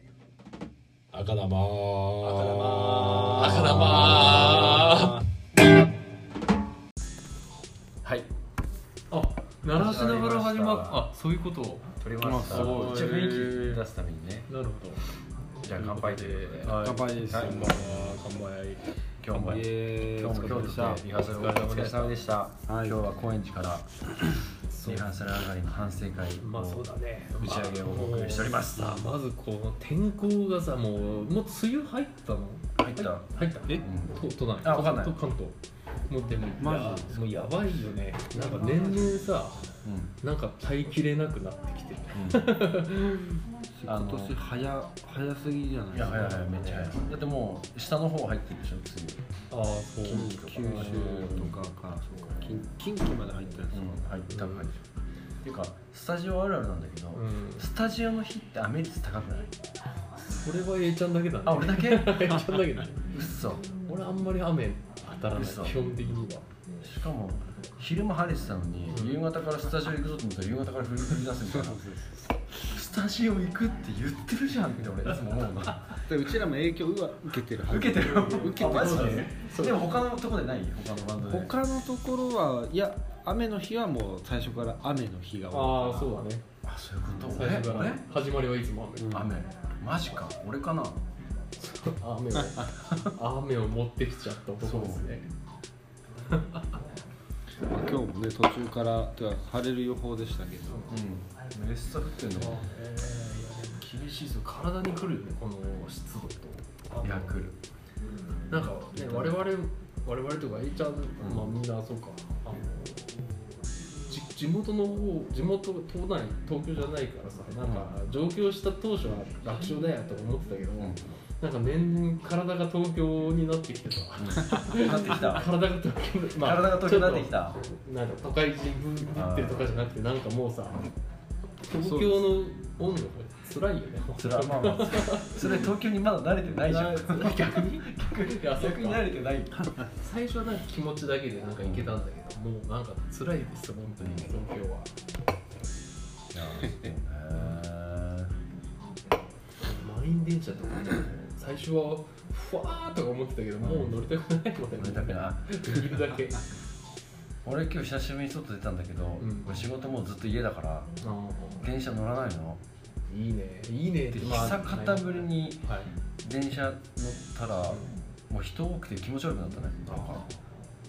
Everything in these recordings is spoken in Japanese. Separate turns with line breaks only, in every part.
玉
赤玉赤赤
玉
はい
あ鳴らしながら始まっ
始まりました
あそういうこと
取りました
すごい
一応雰囲気出すためにね
なるほ
じゃあ乾杯ということで
ど、はい
乾杯です
はい今日も
乾杯
今日も今日
お疲れ様
でリハーサルお疲れ様でした、
はい
今日は高円寺からリハーサル上がりの反省会
まあそうだね
打ち上げをお送りしております
さあまずこの天候がさもうもう梅雨入ったの
入った
入ったえ、
う
と都内
あわかんない
と関東もうでも
マ
いやもうやばいよねなんか年々さ
うん
なんか耐えきれなくなってきてる
あ
今
の
年早早すぎじゃない
いや早い早いめっちゃ早いだってもう下の方入ってるでしょ
ああそう
次
九州とかからそうか近近畿まで入ったんですよ、
うんはい多分入ってるっていうかスタジオあるあるなんだけど、
うん
スタジオの日って雨率高くない
それは A ちゃんだけだね
あ俺だ け
A ちゃんだけだね
嘘
俺あんまり雨当たらない
嘘
基本的には
しかも昼間晴れてたのに、
うん
夕方からスタジオ行くぞと思ったら夕方から降り出すみたいなスタジオ行くって言ってるじゃんって俺いつも思うの
でうちらも影響は受けてるはず
受けてる
受けてる
あマジで
そう
でも他のとこでない他のバンドで
他のところはいや雨の日はもう最初から雨の日が多
ああそうだね
あそういうこと
最初から
俺
始まりはいつも雨、
うん
俺雨マジか俺かな
雨を雨を持ってきちゃった男ですね
いまあ今日もね途中からてか晴れる予報でしたけど
うんめっちゃ降ってん
あ
の
えーいやでも厳しいですよ体にくるよねこの湿度と
いや来る
なんかね我々我々とか A ちゃん、まあみんなそうかあのじ地元の方地元都内東京じゃないからさなんか上京した当初は楽勝だよと思ってたけど、
ん
なんか年々体が東京になってきてさ
なってき た
体が東京、
体が東京になってきた
ちょっとなんか都会人ぶってるとかじゃなくてなんかもうさ東京の温度が辛いよね
それはまあまあそれ東京にまだ慣れてないじゃん
辛い逆に逆にいやそっ
逆に慣
か
れてない
最初はなんか気持ちだけでなんかいけたんだけど、もうなんか辛いですよ本当に東京は満員電車とかも最初はふわーとか思ってたけどもう乗りたくないもんね
乗りたくな
できるだけ
俺今日久しぶりに外出たんだけど、
ん
俺仕事もうずっと家だから
あ
電車乗らないの
ーいいねいいねって
で久方ぶりに
はい
電車乗ったら、もう人多くて気持ち悪くなったねなんか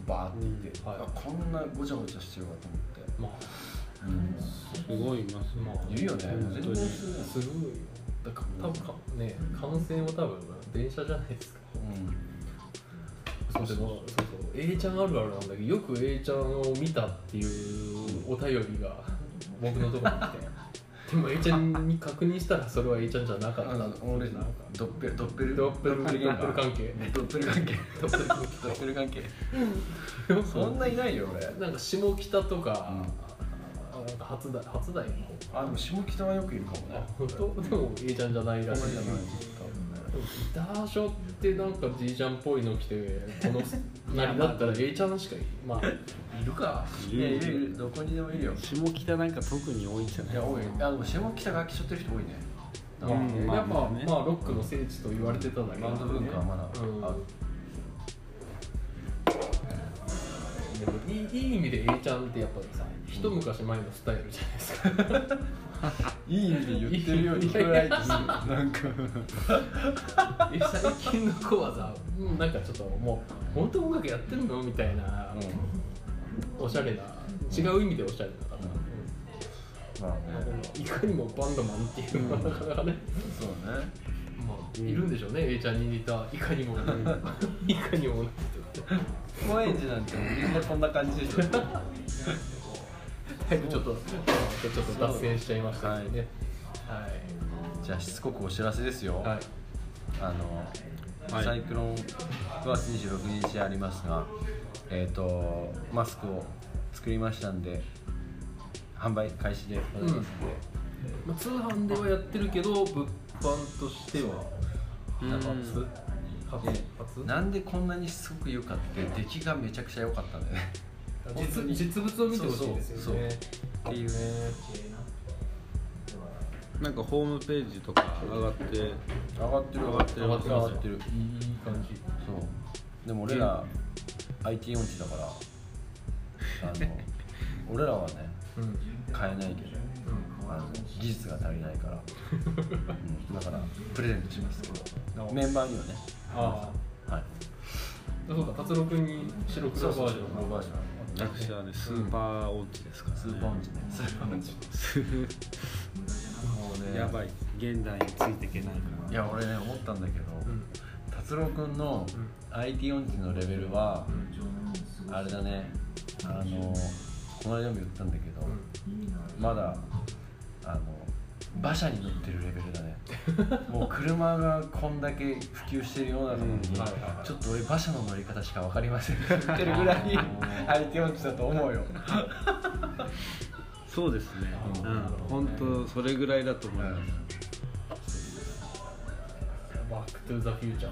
バーって行って、
うんはい
あこんなごちゃごちゃしてるか
まあ
と思って、
すごいいます
まあ
いるよね
本当に
全然する
すごいよだから多分かね感染は多分電車じゃないですかそうそうそうそう A ちゃんあるあるなんだけどよく A ちゃんを見たっていうお便りが僕のところに来 てでも A ちゃんに確認したらそれは A ちゃんじゃなかった
うん、あの俺
なんか
ドッペルドッペル
ドッペルド
ドッペル
ッペル関係
ドッペル関係
ドッペル関
ドッペル関係
係
そんないないよ俺
なんか下北とか、なんか初代初代の方
あでも下北はよくいるかもね
あ本当でも A ちゃんじゃないらしい
じゃない
でもギターショーってなんか D ちゃんっぽいの着てこの 何だったら A ちゃんしかいまあ
いるかいやいるいるどこにでもいるよ
下北なんか特に多いんじゃない
いや多いあでも下北楽器しょってる人多いね
ま
う
あ
ん
やっぱ
ま
ま
あね
あロックの聖地と言われてただけ
バンド文化はまだ
うん
ある
でもいいいい意味で A ちゃんってやっぱさ一昔前のスタイルじゃないですか
いい意味で言ってるように聞こえないですよなんか
え最近の子はさ、うん、なんかちょっともう本当音楽やってんのみたいな、おしゃれな違う意味でおしゃれな方、
まあ
うん
ね
いかにもバンドマンっていうのがなかなかね、
そうね
まあ、いるんでしょうね、A ちゃんに似た、いかにも、 いかにも、
高円寺なんてみんなこんな感じでしょ
はい、ちょっと、ちょっと脱線しちゃいましたけどね。はい、
じゃあしつこくお知らせですよ
はい、
あの、
はい
サイクロン9月26日ありますが、えっ、とマスクを作りましたんで販売開始でございますので、
まあ、通販ではやってるけど、物販としては、
うん
初、初、
ね
初
なんでこんなにすごく良かった出来がめちゃくちゃ良かったんだよね
実実物を見てほしいですよね。
っていうね
え
なんかホームページとか上がって
上がってる
上がってる
上がってる上がってる
いい感じ
そうでも俺ら IT 音痴だからあ の俺らはね
うん、うん、
買えないけどあの技術が足りない から、うん、だからプレゼントしますけどメンバーにはね
ああ
はい
そうか達郎君に白黒バージョン
黒バージョン
私はねスーパーオンチですから、ね
スーパー音痴ねスーパー音痴もうね
やばい現代についていけないか
い
ら
や俺ね思ったんだけど、
うん
達郎くんの IT 音痴のレベルは、あれだねあのこの間も言ったんだけど、まだあの馬車に乗ってるレベル だねもう車がこんだけ普及してるようなのに、
うんはいはいはい
ちょっと俺馬車の乗り方しか分かりませんって言ってるぐらい IT 音痴だと思うよ
そうですね
う
うんん本当それぐらいだと思います、
バックトゥザフューチャー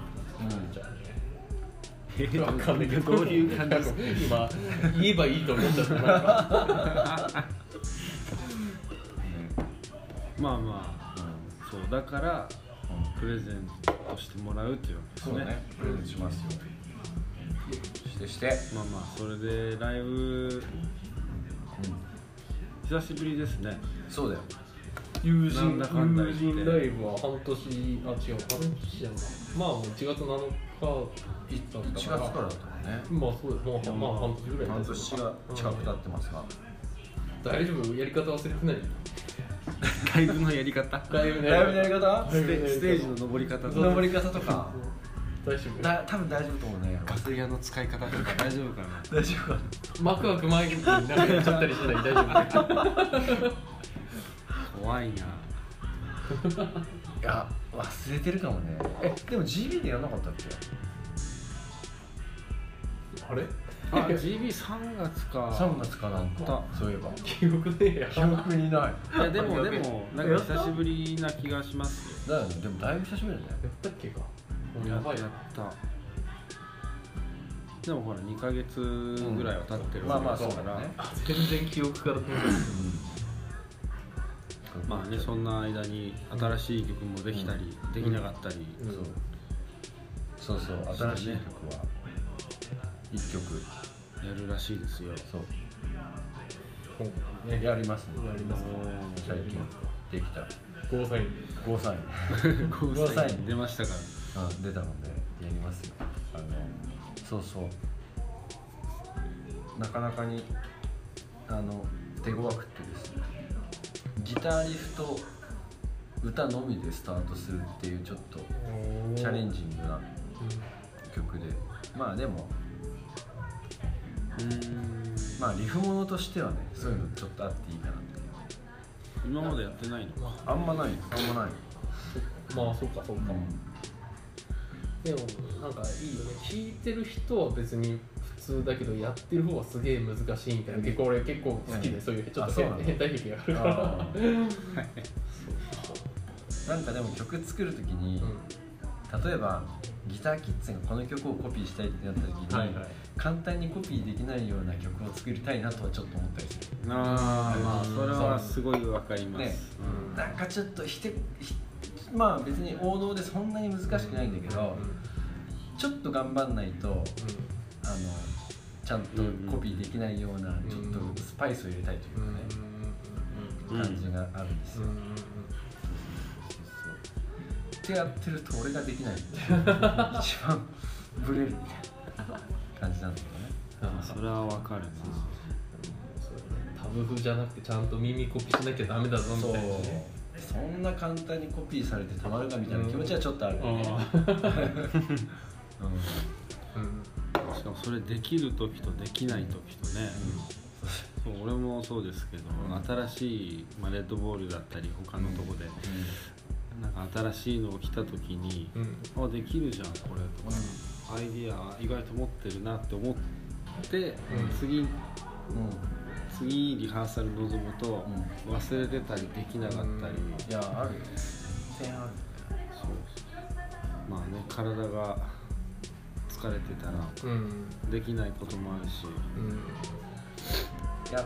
みたいなね
えー
わかんないけど
どういう感じ
なんか今言えばいいと思っちゃったなんか
まあまあそうだからプレゼントしてもらうっていうわけです
そう
ね
ねプレゼントしますよしてして、
まあまあそれでライブ久しぶりですね
そうだよ
友人
なんだかんだ言
友
って
人ライブは半年あ違う半年じゃないまあもう1月7日行
1
った
月
んだ
から
か
だ
ら
ったもんね
まあそうですもう、まあ、半年ぐらい
半年が近く経ってますが、
大丈夫やり方忘れてない
ライブのやり方
ライブね
ライブのやり方
ステステージの登り方と
登り方とか
大丈夫
だ多分大丈夫と思うね
楽屋の使い方とか大丈夫かな
大丈夫かな
マクワク前になんかやっちゃったりしない大丈夫
怖いない
や忘れてるかもねえでも GB でやんなかったっけ
あれ
あ GB3 月か
3月かなんかそういえば
記憶ねえや
記憶にない
いやでもでもなんか久しぶりな気がしますよ
だよねでもだいぶ久しぶりだね
やったっけかもうやばい
や
な
ったでもほら2ヶ月ぐらいは経ってる
まあま
わ
あ
け
そう
だ
だ
から、
ね
全然記憶から
まあねそんな間に新しい曲もできたり、できなかったり、
うん
そうそうそう新しい曲は1曲
やるらしいですよ
そう
ねや
やりますね
ります
最近できた
ゴーサイン
ゴーサイン
ゴ
ー
ー
サ
サ
イ
イ
ン
ン出ましたか
うん出たのでやりますよあのそうそうなかなかにあの手強くってですねギターリフと歌のみでスタートするっていうちょっとチャレンジングな曲でまあでも
らうーん
まあリフものとしてはねそういうのちょっとあっていいかなっていう
今までやってないのか
あんまないあんまない
まあそうかそうか でもなんかいいよね聴いてる人は別に普通だけどやってる方はすげえ難しいみたいな結構俺結構好き
うん
でそういうちょっ
あ
と
そう
変
なんだ
変態癖があるか
あ
ら
ー なんかでも曲作るときに、
う
例えばギターキッズがこの曲をコピーしたいってなった時に、
んはいはい
簡単にコピーできないような曲を作りたいなとはちょっと思ったりする
あーまあ
うん
それはすごいわかります、
ね
うん
なんかちょっとひてひまあ別に王道でそんなに難しくないんだけど、ちょっと頑張んないとあのちゃんとコピーできないような、
ん
ちょっとスパイスを入れたいという
うん
かね、
うん
感じがあるんですよ、そうそうってやってると俺ができないっていう一番ブレるみたいな感じなんだけどね
あ
それはわかるな
そうだねタブ風じゃなくてちゃんと耳コピしなきゃダメだぞみ
そう
たいなね
そんな簡単にコピーされてたまるかみたいな気持ちはちょっとあるよね、うん
うん
しかもそれできる時とできない時とね、そう俺もそうですけど、新しい、まあ、レッドボールだったり他のとこで、なんか新しいのを来た時に、
うん
あできるじゃんこれとか、アイディア意外と持ってるなって思って、次
うん
次リハーサル臨むと、
う
忘れてたりできなかったり、
うん
いやあるよ全然ある
そうまあね体が疲れてたら
うん
できないこともあるし
うん
いや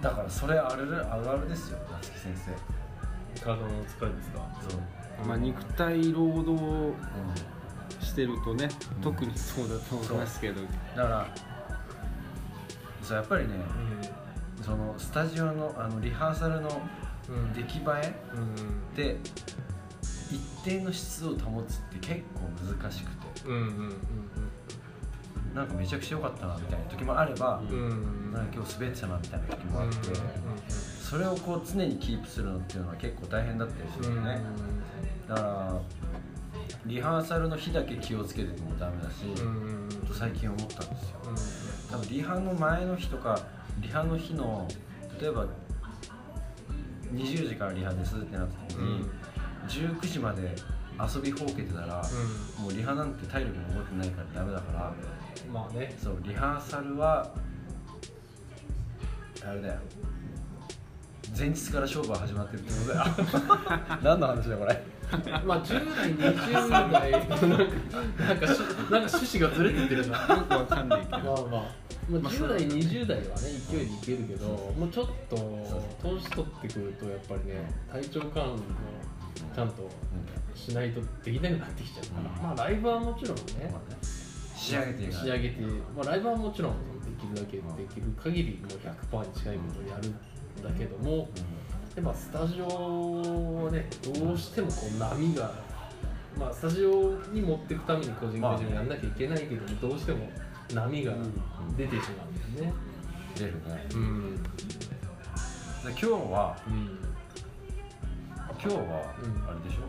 だからそれあるあるあるですよ夏木先生
体の使いですか
そう、
まあ、肉体労働してるとね、特にそうだと思いますけど、
だからそうやっぱりねそのスタジオのあのリハーサルの
うんうん
出来栄え
うん
で一定の質を保つって結構難しくて
うんうん
なんかめちゃくちゃ良かったなみたいな時もあれば、
うんうんうん
なんか今日滑ってたなみたいな時もあって、それをこう常にキープするのっていうのは結構大変だったりするよね、だからリハーサルの日だけ気をつけててもダメだし、
うんうんうん
と最近思ったんですよ多分リハの前の日とかリハの日の例えば20時からリハですってなった時
うん
に、19時まで遊びほうけてたら、もうリハなんて体力も動いてないからダメだから
うんまあね
そうリハーサルはあれだよ前日から勝負は始まってるってことだよ 何の話だこれ
まあ10代20代なんかしなんか趣旨がずれてってるな
よくわかんないけ
まあま
ど、
あ、まあ、10代、20代はね、勢いでいけるけど、もうちょっと
そう、
年取ってくると、やっぱりね、体調管理もちゃんとしないとできなくなってきちゃうから、
うん
まあ、ライブはもちろんね、
まあね仕上げていか
仕
な
上
い
げて、まあ、ライブはもちろん、できるだけ、できる限り、もう100%に近いことをやるんだけども、でまあ、スタジオはね、どうしてもこう波が、まあ、スタジオに持っていくために個人個人やんなきゃいけないけど、どうしても波が出てしまうんだよね。
出るね
うん
で今日は
うん
今日は
うん
あれでしょ、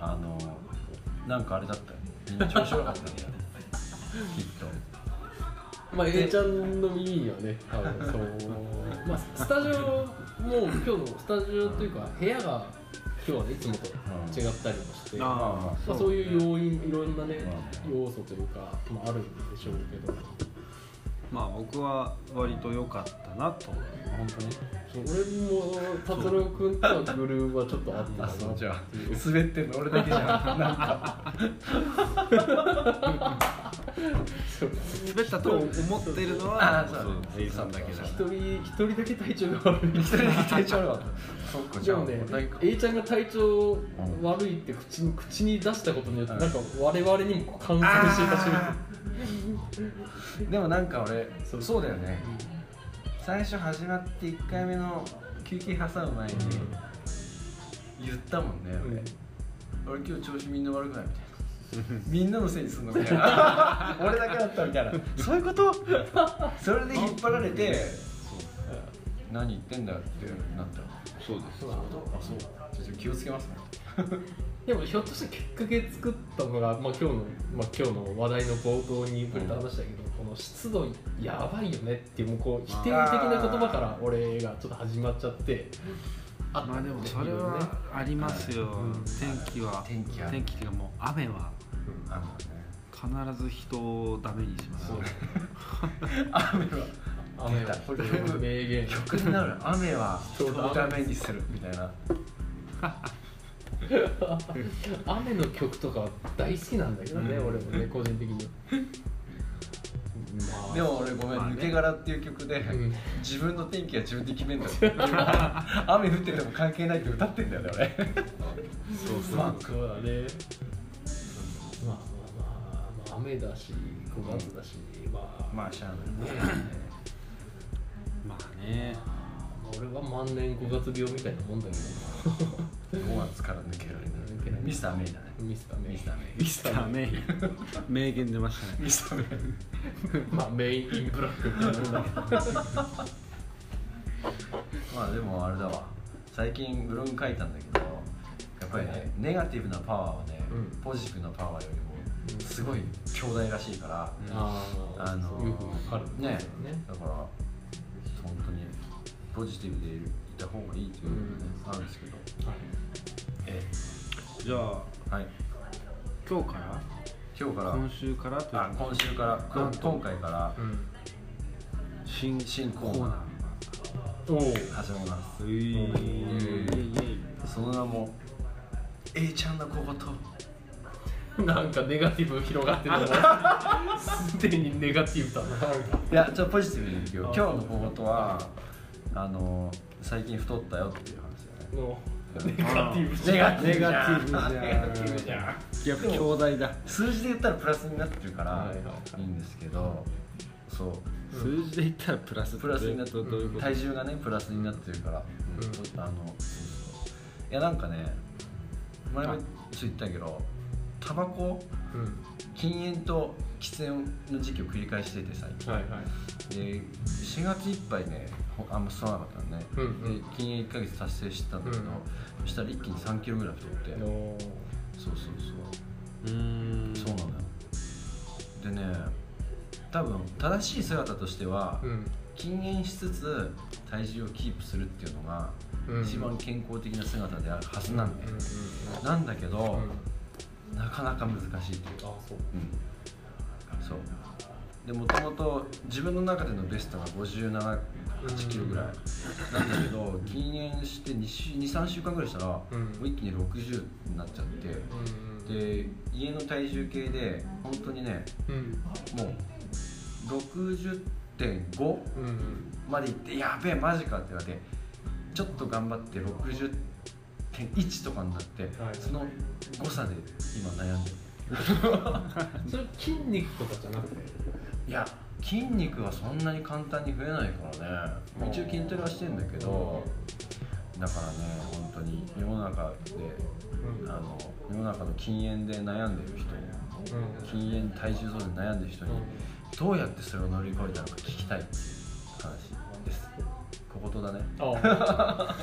あのなんかあれだったよみんな調子悪かったん だよきっと
まあ A ちゃんの耳にはね多分 そうまあスタジオも今日のスタジオというか部屋が今日はねいつもと違ったりもして、ま
あ
あ、そういう要因いろんなね
う
要素というか、まあ、あるんでしょうけど
まあ僕は割と良かったなと思います
本当に俺も達郎君とはグルーヴはちょっとあった
あ
か
そうじ
な
ゃあ滑ってんの俺だけじゃんなんか
滑ったと思ってるの
あ
は
そう
そうイさんだけだ
そ
一
う
人一人だけ体調が悪い
一人だけ体調悪かったそっかじ
で
ゃあ
もね
俺だけか
A ちゃんが体調悪いって口に口に出したことによって
うん
なんか我々にもこう感染し始めて
でもなんか俺
そ
そううだよね最初始まって1回目の休憩挟む前に言ったもんね
うん
俺俺今日調子みんな悪くないみたいなみんなのせいにすんのみたいな 俺だけだったみたいなそういうことそれで引っ張られて何言ってんだよってなった
そうそうです
そうだ
あそうちょっと気をつけますね
でもひょっとしてきっかけ作ったのが、まあ、今日の、まあ、今日の話題の冒頭に触れた話だけど、この湿度やばいよねっていうもうこう否定的な言葉から俺がちょっと始まっちゃってあった
まあでもそれはありますよ、
うん
天気は
天気は
天気っていうかもう雨は
あのね
必ず人をダメにします
そう
雨 は
雨は
これだいぶ
名言
曲になる雨は
そうだ
ダメにするみたいな
雨の曲とか大好きなんだけどね、
うん
俺もね個人的にまあ
でも俺ごめん「
まあね
抜け殻」っていう曲で、
うん
自分の天気は自分で決めんだ って雨降ってても関係ないって歌ってんだよね俺
そうそう
ま
そうだねまあまあまあ、まあ、雨だし5月だし、まあ、
まあしゃあ
ね
ない
まあね
俺は万年5月病みたいなもんだけ
5月から抜けられ
抜けられ
な
ないい
ミスターメイだね
どミスターメイ
ミスターメイ
ミスターメイン名言出ましたね
ミスターメイ
まあメインインブラックみたいなもんだけど
まあでもあれだわ最近ブログ書いたんだけどやっぱりねネガティブなパワーはね、
うん
ポジティブなパワーよりもすごい強大らしいから、
あー
あの
よくわかる
ね
ね
だから本当にポジティブでいた方がいいというのがあるんですけど、え
じゃあ
はい
今日から
今日から
今週からと
あ
いう
今週からこ今回から
うん
新
新コ
コ
ー
ー
ナー
ナ
おお
始めます
ーうい
うんその名も A ちゃんの小言
なんかネガティブ広がってるなすでにネガティブだなみたい
いやちょっとポジティブにいくよ
あ
今日のポートはあの最近太ったよっていう
なの
話だね
ネガティブじゃん
ネガティブ
ネガティブじゃん
ネガティブじゃん
やっぱ兄弟だ
数字で言ったらプラスになってるか
は
ら
いはい
いいんですけどそう
数字で言ったらプラス
プラスになって
どういうこと
体重がねプラスになってるから、
うん
ちょっとあのいやなんかね前もちょっと言ったけどタバコ
うん
禁煙と喫煙の時期を繰り返してて最近
はいはい
で4月いっぱいねほあんま吸わなかったのね、
うん
で禁煙1ヶ月達成してたんだけど、
うん
そしたら一気に3キロぐらい太って、
うんの
そうそうそう
ーん
うそうなのよでね多分正しい姿としては、
うん
禁煙しつつ体重をキープするっていうのが
うん
一番健康的な姿であるはずなんだ
う
よ、
んうん
なんだけど
う、ん
なかなか難しいという
あ
か、
そう
そうでもともと自分の中でのベストが57 8キロぐらいなんだけど禁煙して23週間ぐらいしたらも
うん
う一気に60になっちゃって
うん
で家の体重計で本当にね
うん
もう60.5
うんうん
まで行って「やべえマジか」って言われてちょっと頑張って60.1とかになって、
はい
その誤差で今悩んでる
それ筋肉とかじゃなくて
いや筋肉はそんなに簡単に増えないからね一応筋トレはしてんだけどだからね本当に世の中で
うん
あの世の中の禁煙で悩んでる人
う
禁煙体重増で悩んでる人にどうやってそれを乗り越えたのか聞きたいっていう話ですこことだね
ああ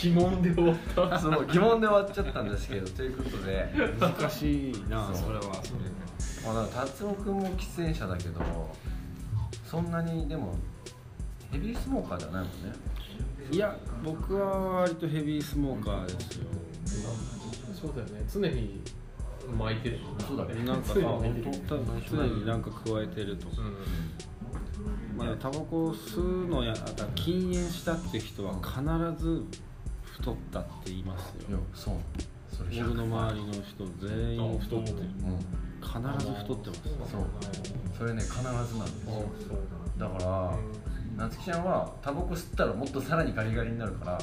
疑問で終わった
その疑問で終わっちゃったんですけどということで、
難しいな
そう
それはそれ
まあ、だから達夫君も喫煙者だけどそんなにでもヘビースモーカーじゃないもんね
いや僕は割とヘビースモーカーですよ
そうだよね常に巻いてる
そうだね
なんかさ
常に巻いてる
本当常になんか加えてるとかまあでもタバコを吸うのやあとは禁煙したって人は必ず太ったって言います
い
よ
やそうそれ
僕の
100%
周りの人全員太ってる
うん
必ず太ってます
そうそれね必ずなんです
ああ
よ
そう
だから
だ
夏希ちゃんはタバコ吸ったらもっとさらにガリガリになるから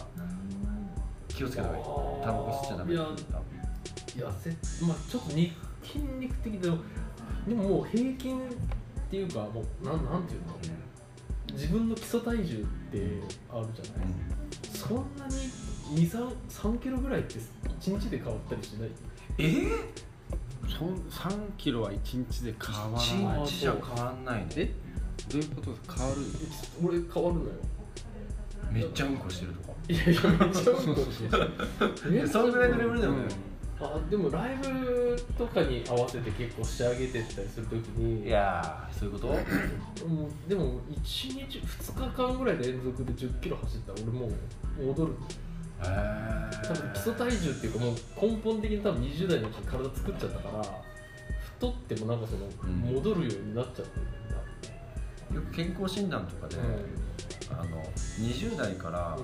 気をつけた方がいいタバコ吸っちゃダメ
いや痩せまあちょっとに筋肉的ででももう平均っていうかもうなんなんていうの自分の基礎体重ってあるじゃないそんなに23キロぐらいって1日で変わったりしない
えー、
そん3キロは1日で変わらない
1日じゃ変わんないね
どういうことですか変わる
え俺変わるのよ
めっちゃうんこしてるとか
いやいやめっちゃうんこ
いやそんぐらいのレベルだよね、
あでもライブとかに合わせて結構仕上げてったりするときに
いやーそういうこと
もうでも1日2日間ぐらい連続で1 0キロ走ったら俺もう戻る
えー
多分基礎体重っていうかもう根本的に多分20代のうちに体作っちゃったから太ってもなんかその
ん
戻るようになっちゃってるんだ、
よく健康診断とかで、あの20代から、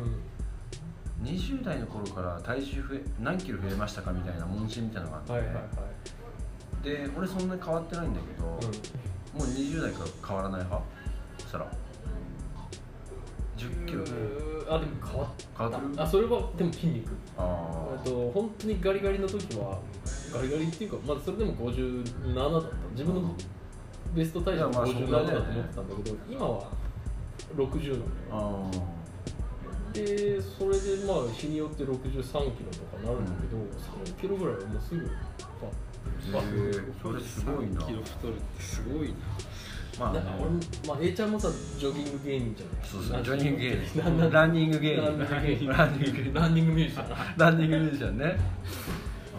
20代の頃から体重増え何キロ増えましたかみたいな問診みたいなのがあって、
はいはいはい、
で俺そんなに変わってないんだけど、もう20代から変わらない派そしたら1 0キロ増える
あでも変わっ
変わって
た
る
あそれはでも筋肉
あ
えっと本当にガリガリの時はガリガリっていうか、まあ、それでも57だった自分のベスト体重
いやま
は
あそ
57
んな
だ
ね
と思ってたんだけど、今は60なのよ
ああ
でそれでまあ日によって63キロとかなるんだけど、3キロぐらいはもうすぐ
へ
バッ
えそれすごいな
3キロ太るってすごいな
まあ
なんか俺も、まあ、A ちゃんもさジョギング芸人じゃない
そうそうジョニー芸
なんな
人
ん
ランニング芸人
ランニング
ランニング芸人
ランニングミュージシャン
ランニングミュージシャンね、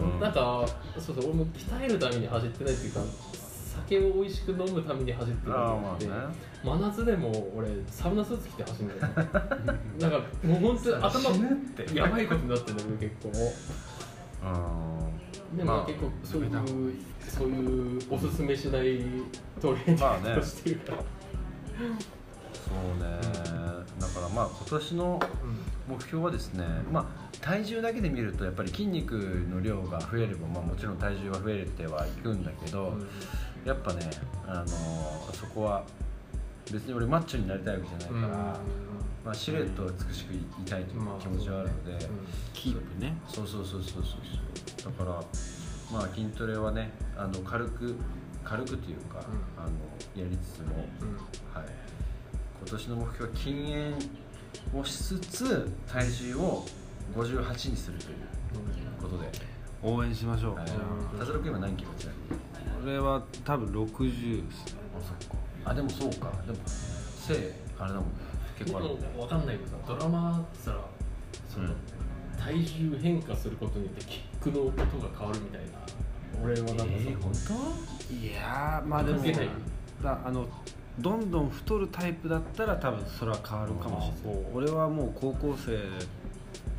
うん
なんかそうそう俺も鍛えるために走ってないっていうか酒を美味しく飲むために走ってる
ああ
っ
まあ
て、
ね
真夏でも俺サウナスーツ着て走る んだよなんかもう本当に頭
死ぬって
やばいことになってるんだけど結構でも、
まあ
結構そういうそういうおすすめしないトレーニングをしてるから、
そうそうね、だからまあ今年の目標はですね、まあ、体重だけで見るとやっぱり筋肉の量が増えれば、まあ、もちろん体重は増えてはいくんだけど、やっぱね、あのそこは別に俺マッチョになりたいわけじゃないから、まあ、シルエットは美しくいたいという気持ちはあるので、
キープね
そうそうそうそうそうだからまあ筋トレはねあの軽く軽くというか、
うん
あのやりつつも、はい、今年の目標は禁煙をしつつ体重を58にするということで
応援しましょう、
はい
うん
達郎君今何キロちなみに
これは多分60ですね
あそっかあでもそうかでも背あれだもんね結構あるもんね
分かんないけどドラマーってさその、
うん
体重変化することによってキックの音が変わるみたいな俺はなんかさ、
いやーまあでも
関係ない
だあのどんどん太るタイプだったら多分それは変わるかもしれない
あー
俺はもう高校生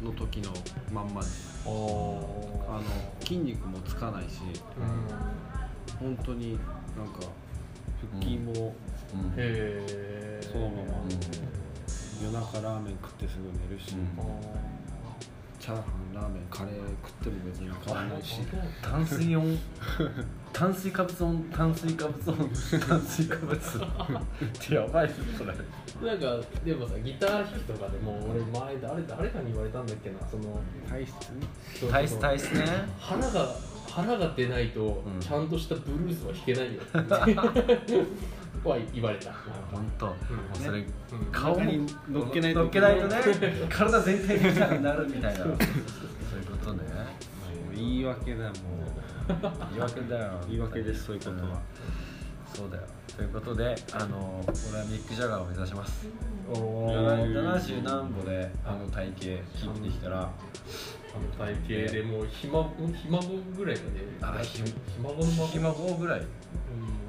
の時のまんまですあの筋肉もつかないし
うん
本当になんか腹筋
う
も
んうん
へえ
そのまま夜中ラーメン食ってすぐ寝るし、
うん
チャーハンラーメンカレー食っても別に変わらないし
炭水音炭水化物音炭水化物音炭水化物ってやばいそれ
なんかでもさギター弾きとかでも俺前誰誰かに言われたんだっけなその
体質ね
体質体
質
質ね
腹が腹が出ないと、
うん
ちゃんとしたブルースは弾けないよっては言われた、
本当、もうそれ
うん
顔
中
も
に乗っけないと
乗っけないとね 体全体が痛くなるみたいなそういうことね
もう言い訳だもう
言い訳だよ
言い訳ですそういうことは、
そうだよということであの俺はミック・ジャガーを目指します
おー
70何歩であの体型キープできたら
あの体型でもうひまひまごぐらいだね。
あひ
ひまごのまま。
ひ孫ぐらい
うん
い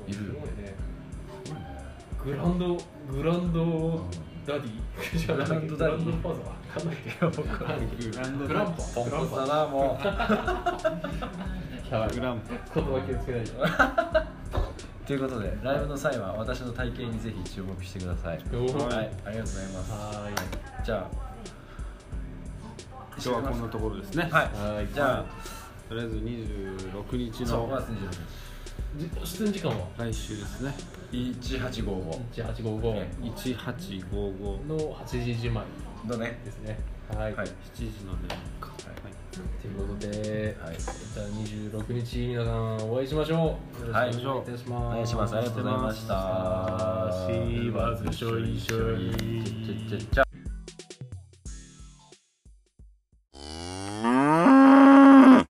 る
すごいね。グランドグランドダディじゃなくて
グ
グ
ラ
ラ
ン
ン
ド
ド
ダデ
ファザ
ィ
ー。かんないけど。グラン
グランド
グランパ。
ポン
グラ
コ
ン
ツだ
パ。
なもう
やばい
グランプ
言葉気をつけないと。
ということでライブの際は私の体型にぜひ注目してくださいはい
おー
ありがとうございます
は
じゃあ
今日はこんなところですね
はい
ーい。はーい。
じゃあ
とりあえず26日
そう5
の
月
じ出演時間は
来週ですね
26日1855
1855
1855
の8時前
のね
ですね。はい。
はい
7時の電話か、はい
ということで、
はい
じゃあ26日皆さんお会いしましょう。
はい
よろしくお願いいたします。
お願いしますありがとうございました
シーバーズショイショイ
ちょちょちょ